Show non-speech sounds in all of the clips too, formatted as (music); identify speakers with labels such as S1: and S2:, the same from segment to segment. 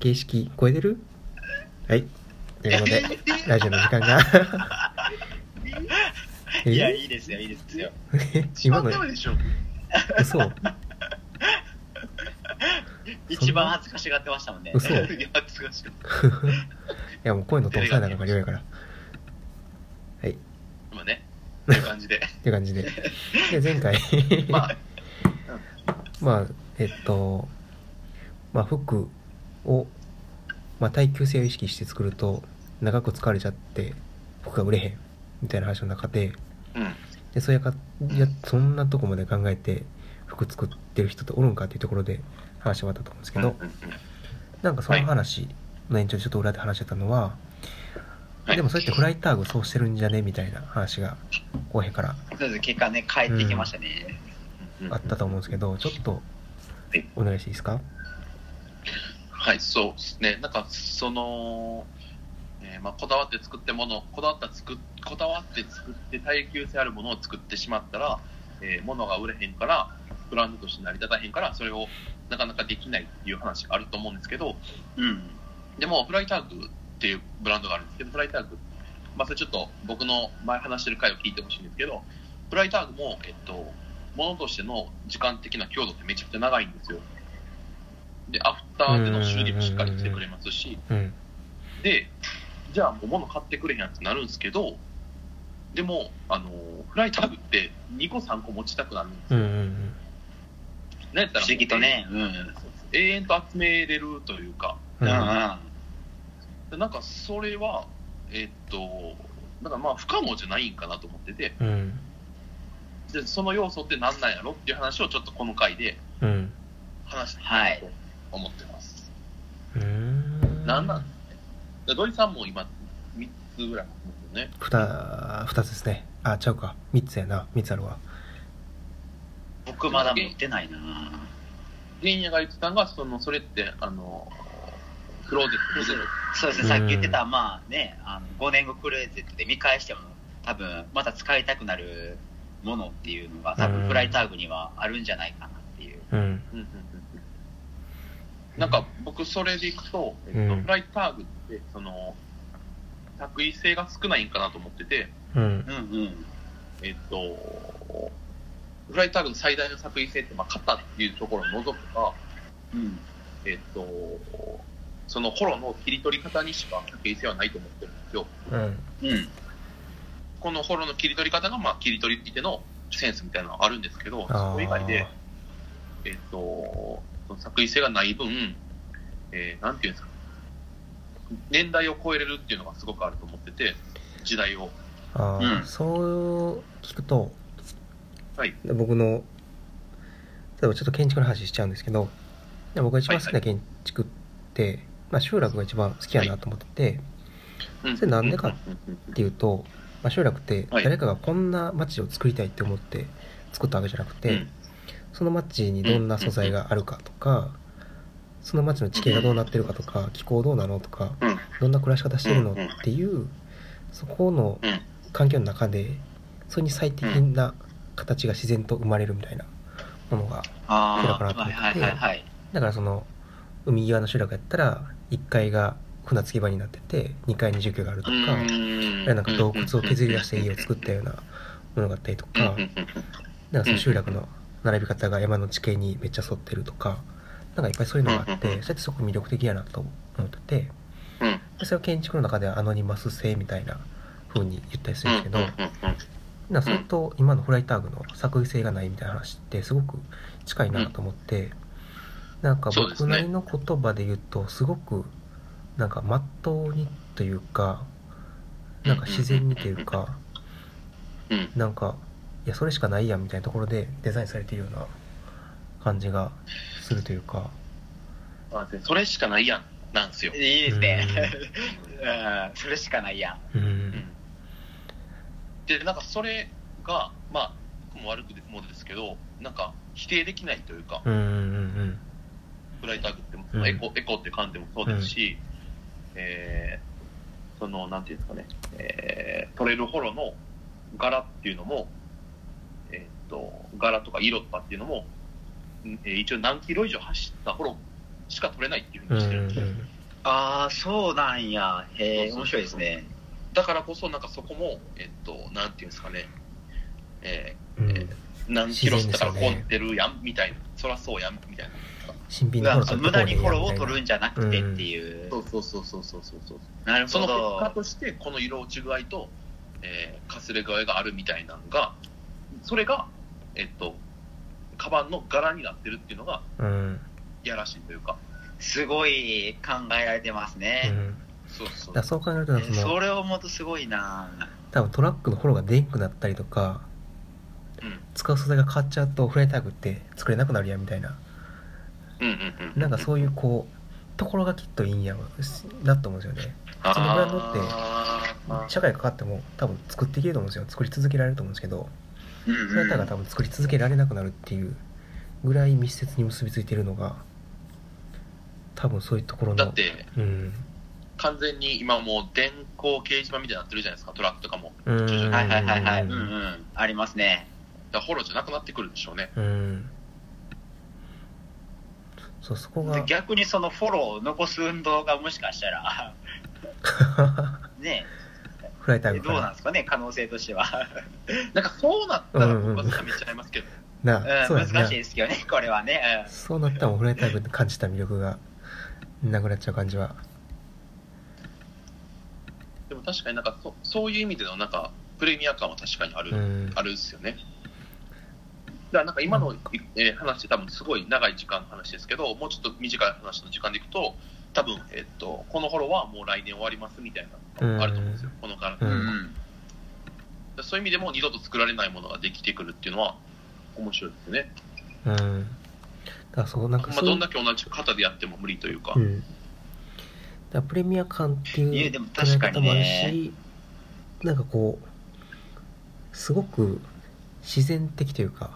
S1: 形式超えてるはい。ということで、ラジオの時間が。
S2: (laughs)
S3: (laughs)
S2: いや、
S1: え
S2: いいですよ、いいですよ。
S3: 一
S1: 今の
S3: 番ダ、メでしょ。
S1: 嘘 (laughs)
S2: 一番恥ずかしがってましたもんね。
S1: 嘘
S2: (laughs) いや
S3: 恥ずかしかった
S1: いや、もう声の通さないのが量やから。はい。っ
S3: まあね、こういう感じで。
S1: ていう感じで。で、前回、
S3: (laughs) まあ、
S1: (laughs) まあ、えっと、まあ、服を、まあ、耐久性を意識して作ると、長く使われちゃって、服が売れへん、みたいな話の中で、
S3: うん。
S1: で、それか、いや、そんなとこまで考えて、服作ってる人っておるんかっていうところで話終わったと思うんですけど、
S3: うんうんうん
S1: なんかその話の延長でちょっと裏で話してたのは、
S3: はい
S1: でもそうやってフライターグそうしてるんじゃねみたいな話が後編から
S2: そうです結果ね、帰ってきましたね。
S1: あったと思うんですけど、ちょっと
S3: い
S1: お願いしていいですか
S3: はい、そうですね。なんか、その、えーまあ、こだわって作ってもの、こだわった作っこだわって作って耐久性あるものを作ってしまったら、えー、物が売れへんから、ブランドとして成り立たへんから、それをなかなかできないっていう話あると思うんですけど、
S2: うん。
S3: でも、フライターグっていうブランドがあるんですけど、フライターグ、まあ、それちょっと僕の前話してる回を聞いてほしいんですけど、フライターグも、えっと、ものとしての時間的な強度ってめちゃくちゃ長いんですよ。で、アフターでの修理もしっかりしてくれますし、
S1: うん
S3: で、じゃあもう物買ってくれへんやつになるんですけど、でも、あの、フライターグって2個3個持ちたくなるんです
S1: うん
S3: よ。
S1: うんうん
S3: なんやった
S2: 不
S3: ら
S2: 思議とね。うん。うん
S3: そうそう永遠と集めれるというか、
S1: うん
S2: うん。
S3: でなんかそれは、えっと、なんかまあ不可能じゃないんかなと思ってて、
S1: うん
S3: でその要素って何なんやろっていう話をちょっとこの回で
S1: うん
S3: 話して
S2: は
S3: み
S2: い
S3: ようと思ってます。
S1: うん
S3: なんなんで土井さんも今3つぐらい持ってるよね。
S1: ふた二つですねあちゃうか三つやな三つあるわ
S2: 僕まだ持ってないな
S3: 原因が言ってたのが、そのそれって、あの、クローゼットで、
S2: そうで
S1: う
S2: す
S1: ん
S2: ね、さっき言ってた、まあね、あの5年後クレーゼットで見返しても、多分また使いたくなるものっていうのが、多
S1: うん
S2: 分フライターグにはあるんじゃないかなっていう。
S1: うん
S3: うんうんうんなんか僕それでいくと、えっと
S1: うん
S3: フライターグって、その、作為性が少ないんかなと思ってて、
S1: うん
S2: うんうん。
S3: えっと、フライターグの最大の作為性って、まあ、肩っていうところを除くか、
S2: うん。
S3: えっと、その頃の切り取り方にしか作為性はないと思ってるんですよ。
S1: うん
S2: うん。
S3: この頃の切り取り方が、まあ、切り取り手のセンスみたいなのがあるんですけど、
S1: あー
S3: それ以外で、えっと、その作為性がない分、えーなんていうんですか、年代を超えれるっていうのがすごくあると思ってて、時代を。
S1: ああ、
S2: うん
S1: そう聞くと、
S3: はい
S1: で僕の例えばちょっと建築の話しちゃうんですけどで僕が一番好きな建築って、まあ、集落が一番好きやなと思ってて、
S3: う
S1: それなんでかっていうと、まあ、集落って
S3: はい
S1: 誰かがこんな街を作りたいって思って作ったわけじゃなくて、
S3: うん
S1: その街にどんな素材があるかとかその街の地形がどうなってるかとか気候どうなのとか
S3: うん
S1: どんな暮らし方してるの
S3: うんうん
S1: っていうそこの
S3: うん
S1: 環境の中でそれに最適な形が自然と生まれるみたいなものが
S2: あ
S1: 暗くなっ
S2: あ、
S1: て
S2: はい
S1: て
S2: はいはいはい。
S1: だからその海際の集落やったら1階が船着き場になってて2階に住居があるとかあれなんか洞窟を削り出して家を作ったようなものがあったりとか
S3: うんうんうん
S1: なんかその集落の並び方が山の地形にめっちゃ沿ってるとかなんかいっぱいそういうのがあってそうやってすごく魅力的やなと思ってて
S3: うん
S1: でそれを建築の中ではアノニマス性みたいな風に言ったりするんですけど、
S3: うんうんうん
S1: なそれと今のフライターグの作為性がないみたいな話ってすごく近いなと思って、なんか
S3: そうです
S1: 僕
S3: ね
S1: なりの言葉で言うとすごくなんかまっとうにというかなんか自然にというか
S3: うん
S1: なんかいやそれしかないやんみたいなところでデザインされているような感じがするというか
S3: あでそれしかないやん、なんですよ
S2: い。いですね。うん、 (laughs) それしかないやん。
S1: うん
S3: で、なんかそれが、まあ、もう悪くもですけど、なんか否定できないというか、
S1: うんうんうん
S3: フライターグっても、
S1: うん
S3: エコ、エコって観点もそうですし、えーその、なんていうんですかね、えー、取れる頃の柄っていうのも、えーっと、柄とか色とかっていうのも、んえー一応何キロ以上走った頃しか取れないっていうふう
S1: うん
S3: に
S1: う
S3: してるんですよ
S1: ん
S2: ああ、そうなんや。へえ、
S3: そうそうそう
S2: 面白いですね。
S3: だからこそ、なんかそこも、えっと、なんていうんですかね、え
S1: うんう
S3: え
S1: ん
S3: ー何キロしたから
S1: 自然ですよね
S3: 混んでるやんみたいな、そらそうやんみたいな。
S1: 新品の
S2: なん
S1: フ
S2: か
S1: ォロ
S2: 無
S1: ー買っ
S2: 駄に
S1: た
S2: フォ
S1: 方が
S2: ロー
S1: い
S2: を
S1: い
S2: 取るんじゃなくてっていう。
S3: そうそうそうそうそうそうそう。
S2: なる
S3: そ
S2: ほ
S3: の結果
S2: ど。
S3: として、この色落ち具合と、えーかすれ具合があるみたいなのが、それが、えっと、カバンの柄になってるっていうのが、
S1: うん
S3: いやらしいというか、
S2: すごい考えられてます
S1: う
S2: ね。
S1: ん
S3: そう
S1: だ
S3: そう
S1: から。そう考えると
S2: え
S1: その
S2: それを思うとすごいな。
S1: 多分トラックのフォローが出んくなったりとか
S3: うん
S1: 使う素材が変わっちゃうとフライタグって作れなくなるやんみたいな
S3: うんうんうん。
S1: なんかそういうこうところがきっといいんやろなと思うんですよね
S3: あー、
S1: そのブランドって
S3: あー
S1: 社会かかっても多分作っていけると思うんですよ作り続けられると思うんですけど
S2: うん
S1: フライター
S2: う
S1: が
S2: ん
S1: 多分作り続けられなくなるっていうぐらい密接に結びついてるのが多分そういうところの
S3: だって、
S1: うん
S3: 完全に今もう電光掲示板みたいになってるじゃないですか、トラックとかも。
S1: うんうん
S2: はいはいはいはい。うんうん。ありますね。
S3: だからフォローじゃなくなってくるでしょうね。
S1: うんそうそこが
S2: で逆にそのフォローを残す運動がもしかしたら、 (laughs) ね、
S1: (laughs) フライタ
S2: ど
S1: ー
S2: う
S1: グか
S2: なん
S1: ら
S2: ですかね、可能性としては。
S3: なんかそうなったら僕は冷めちゃいますけど、
S2: うん
S1: なあ (laughs) そうやんな
S2: 難しいですけどね、これはね。うん
S1: そうなったらもうフライターグで感じた魅力がなくなっちゃう感じは
S3: でも確かになんかそそういう意味でのなんかプレミア感は確かにある、
S1: うん
S3: あるっすよね。だからなんか今の、えー話で多分すごい長い時間の話ですけど、もうちょっと短い話の時間でいくと、多分、えっと、このフォローはもう来年終わりますみたいなのがあると思うんですよ、このから。
S1: うん
S2: うん
S3: そういう意味でも二度と作られないものができてくるっていうのは面白いですよね。
S1: うんだからそうなんか
S3: まあ、
S1: そうい
S3: ど
S1: うん
S3: だけ同じ型でやっても無理というか、
S1: うん、だからプレミア感って
S2: い
S1: い
S2: や
S1: う
S2: でも確かにね
S1: もあるしなんかこうすごく自然的というか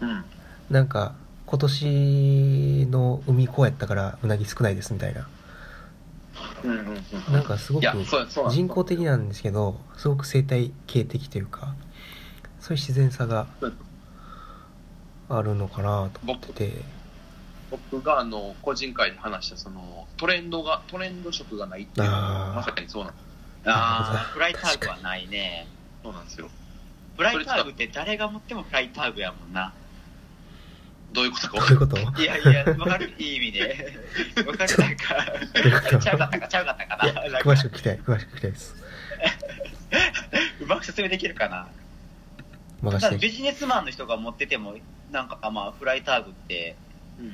S3: うん
S1: なんか今年の海こうやったからうなぎ少ないですみたいな
S3: うんうんうん
S1: なんかすご
S3: い
S1: く
S3: やそうそうなんです
S1: 人工的なんですけどすごく生態系的というかそういう自然さがあるのかなと思ってて
S3: 僕があの個人会で話したそのトレンドがトレンド色がないっていうの
S1: あ
S3: は
S1: ー
S3: まさにそうなん
S2: あ
S1: (laughs)
S2: あ、フライターグはないね。
S3: そうなんですよ
S2: フライターグって誰が持ってもフライターグやもんな。
S3: どういうことか
S1: どう (laughs) いうこと
S2: いやいや、わかる、いい意
S1: (laughs)
S2: 味で。わかる、なんか、ちゃうかったか、ちゃうかったかな。なんか
S1: (laughs) 詳しく聞きたい詳しく聞きたいです
S2: うまく説明できるかな。
S1: 任
S2: ただ
S1: せて
S2: ビジネスマンの人が持ってても、なんか、あまあ、フライターグって、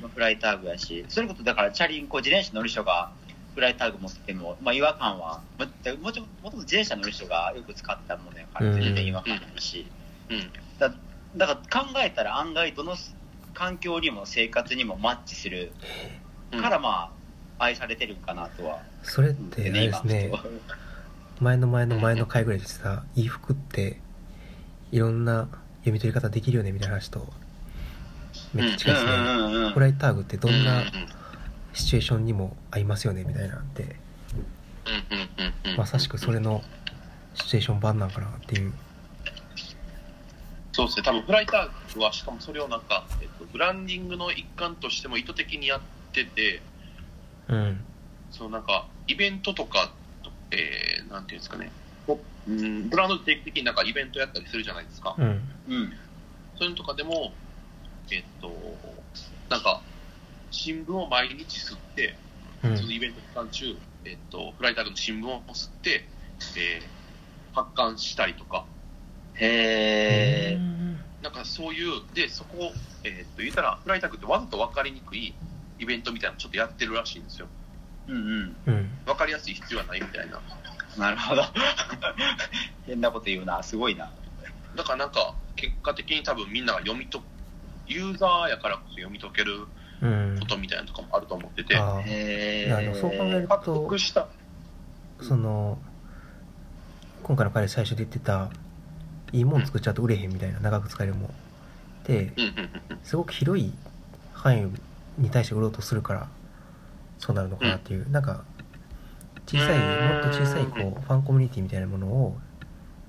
S2: まあフライターグやし、それこそだから、チャリンコ、自転車乗る人が、フライターグ持ってても、まあ、違和感は、まあもちろん、もともと自転車乗る人がよく使ってたものやから、全然違和感ないし。
S3: うん
S2: だから考えたら案外どの環境にも生活にもマッチする
S3: うん
S2: からまあ愛されてるんかなとは
S1: それっ
S2: 思って
S1: あれですね
S2: 今の人は
S1: 前の前の前の回ぐらいでさ「いい服っていろんな読み取り方できるよね」みたいな話とめっちゃ近いですね、
S2: うんうんうん
S1: フライターグってどんな
S3: うんうん
S1: シチュエーションにも合いますよねみたいなんで
S3: うんうんうん
S1: まさしくそれのシチュエーション版なんかなっていう
S3: そうですね多分フライターはしかもそれをなんか、えっと、ブランディングの一環としても意図的にやってて
S1: うん
S3: そのなんかイベントとか、えー、なんていうんですかねこううんブランドって定期的になんかイベントやったりするじゃないですか、
S1: うん
S2: うん
S3: そういうのとかでも、えっと、なんか、新聞を毎日吸って、
S1: う
S3: その
S1: ん
S3: イベント期間中、えっと、フライターグの新聞を吸って、えー発刊したりとか、
S2: へえ
S3: なんかそういう、で、そこを、えっと、言ったら、フライターグってわざと分かりにくいイベントみたいなのちょっとやってるらしいんですよ。
S2: うん
S1: うん
S3: 分かりやすい必要はないみたいな。
S2: うんなるほど変なこと言うなすごいな
S3: だからなんか、結果的に多分みんなが読みと、ユーザーやからこそ読み解ける
S1: うん
S3: ことみたいなのとかもあると思ってて、
S1: ああ
S2: へ
S1: なるほどそう考える
S3: 獲得した。
S1: その今回の回で最初で言ってたいいもん作っちゃうと売れへんみたいな長く使えるもんで
S3: うんうんうんうん。
S1: すごく広い範囲に対して売ろうとするからそうなるのかなっていう、なんか小さいもっと小さいこうファンコミュニティみたいなものを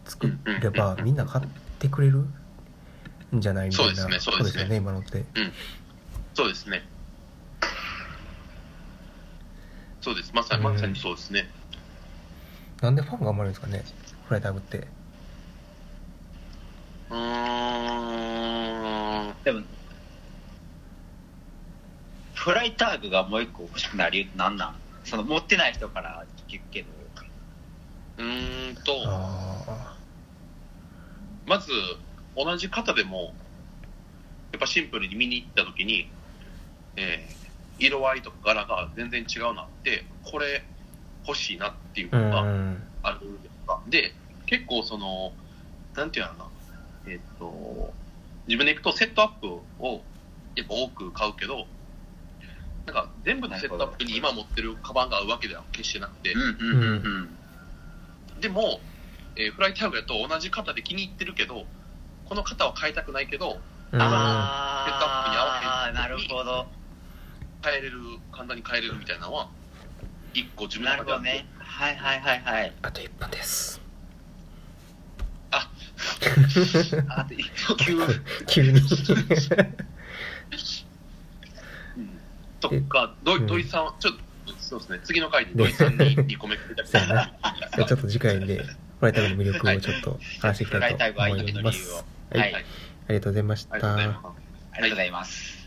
S1: 作ればみんな買ってくれるんじゃないみたいな
S3: そうですねそう
S1: こ
S3: です
S1: とです
S3: ね
S1: よね今のって
S3: そうですね。そうです。まさに、
S1: うん
S3: まさにそうですね。
S1: なんでファンがあんまりいるんですかねフライタグって
S3: うーん。
S2: でも、フライターグがもう一個欲しくなる理由ってなんなんその持ってない人から聞くけど。
S3: うーんと、
S1: あ
S3: まず、同じ方でも、やっぱシンプルに見に行った時に、えー色合いとか柄が全然違うなって、これ欲しいなっていう
S1: あう
S3: の
S1: ん
S3: が
S1: うん
S3: あるんですか。で、結構その、なんていうのかな、えっと、自分で行くとセットアップをやっぱ多く買うけど、なんか全部のセットアップに今持ってるカバンが合うわけでは決してなくて、
S2: うん
S1: うんうん
S2: ん。
S3: でも、えーフライターグだと同じ型で気に入ってるけど、この型は変えたくないけど、
S1: うん
S2: ああ、
S3: セ
S2: な
S3: ットアップに合
S2: る
S3: わせる
S2: ほど。
S3: 変えれる、簡単に変えれるみたいなのは、一個自分の
S2: なる
S3: 中
S2: ほ
S3: では
S2: どね。はいはいはいはい。
S1: あと1分です (laughs)
S2: あと一
S3: 急に
S1: 急に
S3: うんとか、ど
S1: うん
S3: い土井さん、ちょっと、そうですね、次の回で土井さんに2個目くれたり
S1: そうやなじゃあちょっと次回でフライタグの魅力をちょっと話していきたいと思います、
S2: フライタグ愛の理由を
S1: はい、
S2: はい
S1: ありがとうございまし
S3: ありがとうござい
S1: た
S3: ます。
S2: ありがとうございます。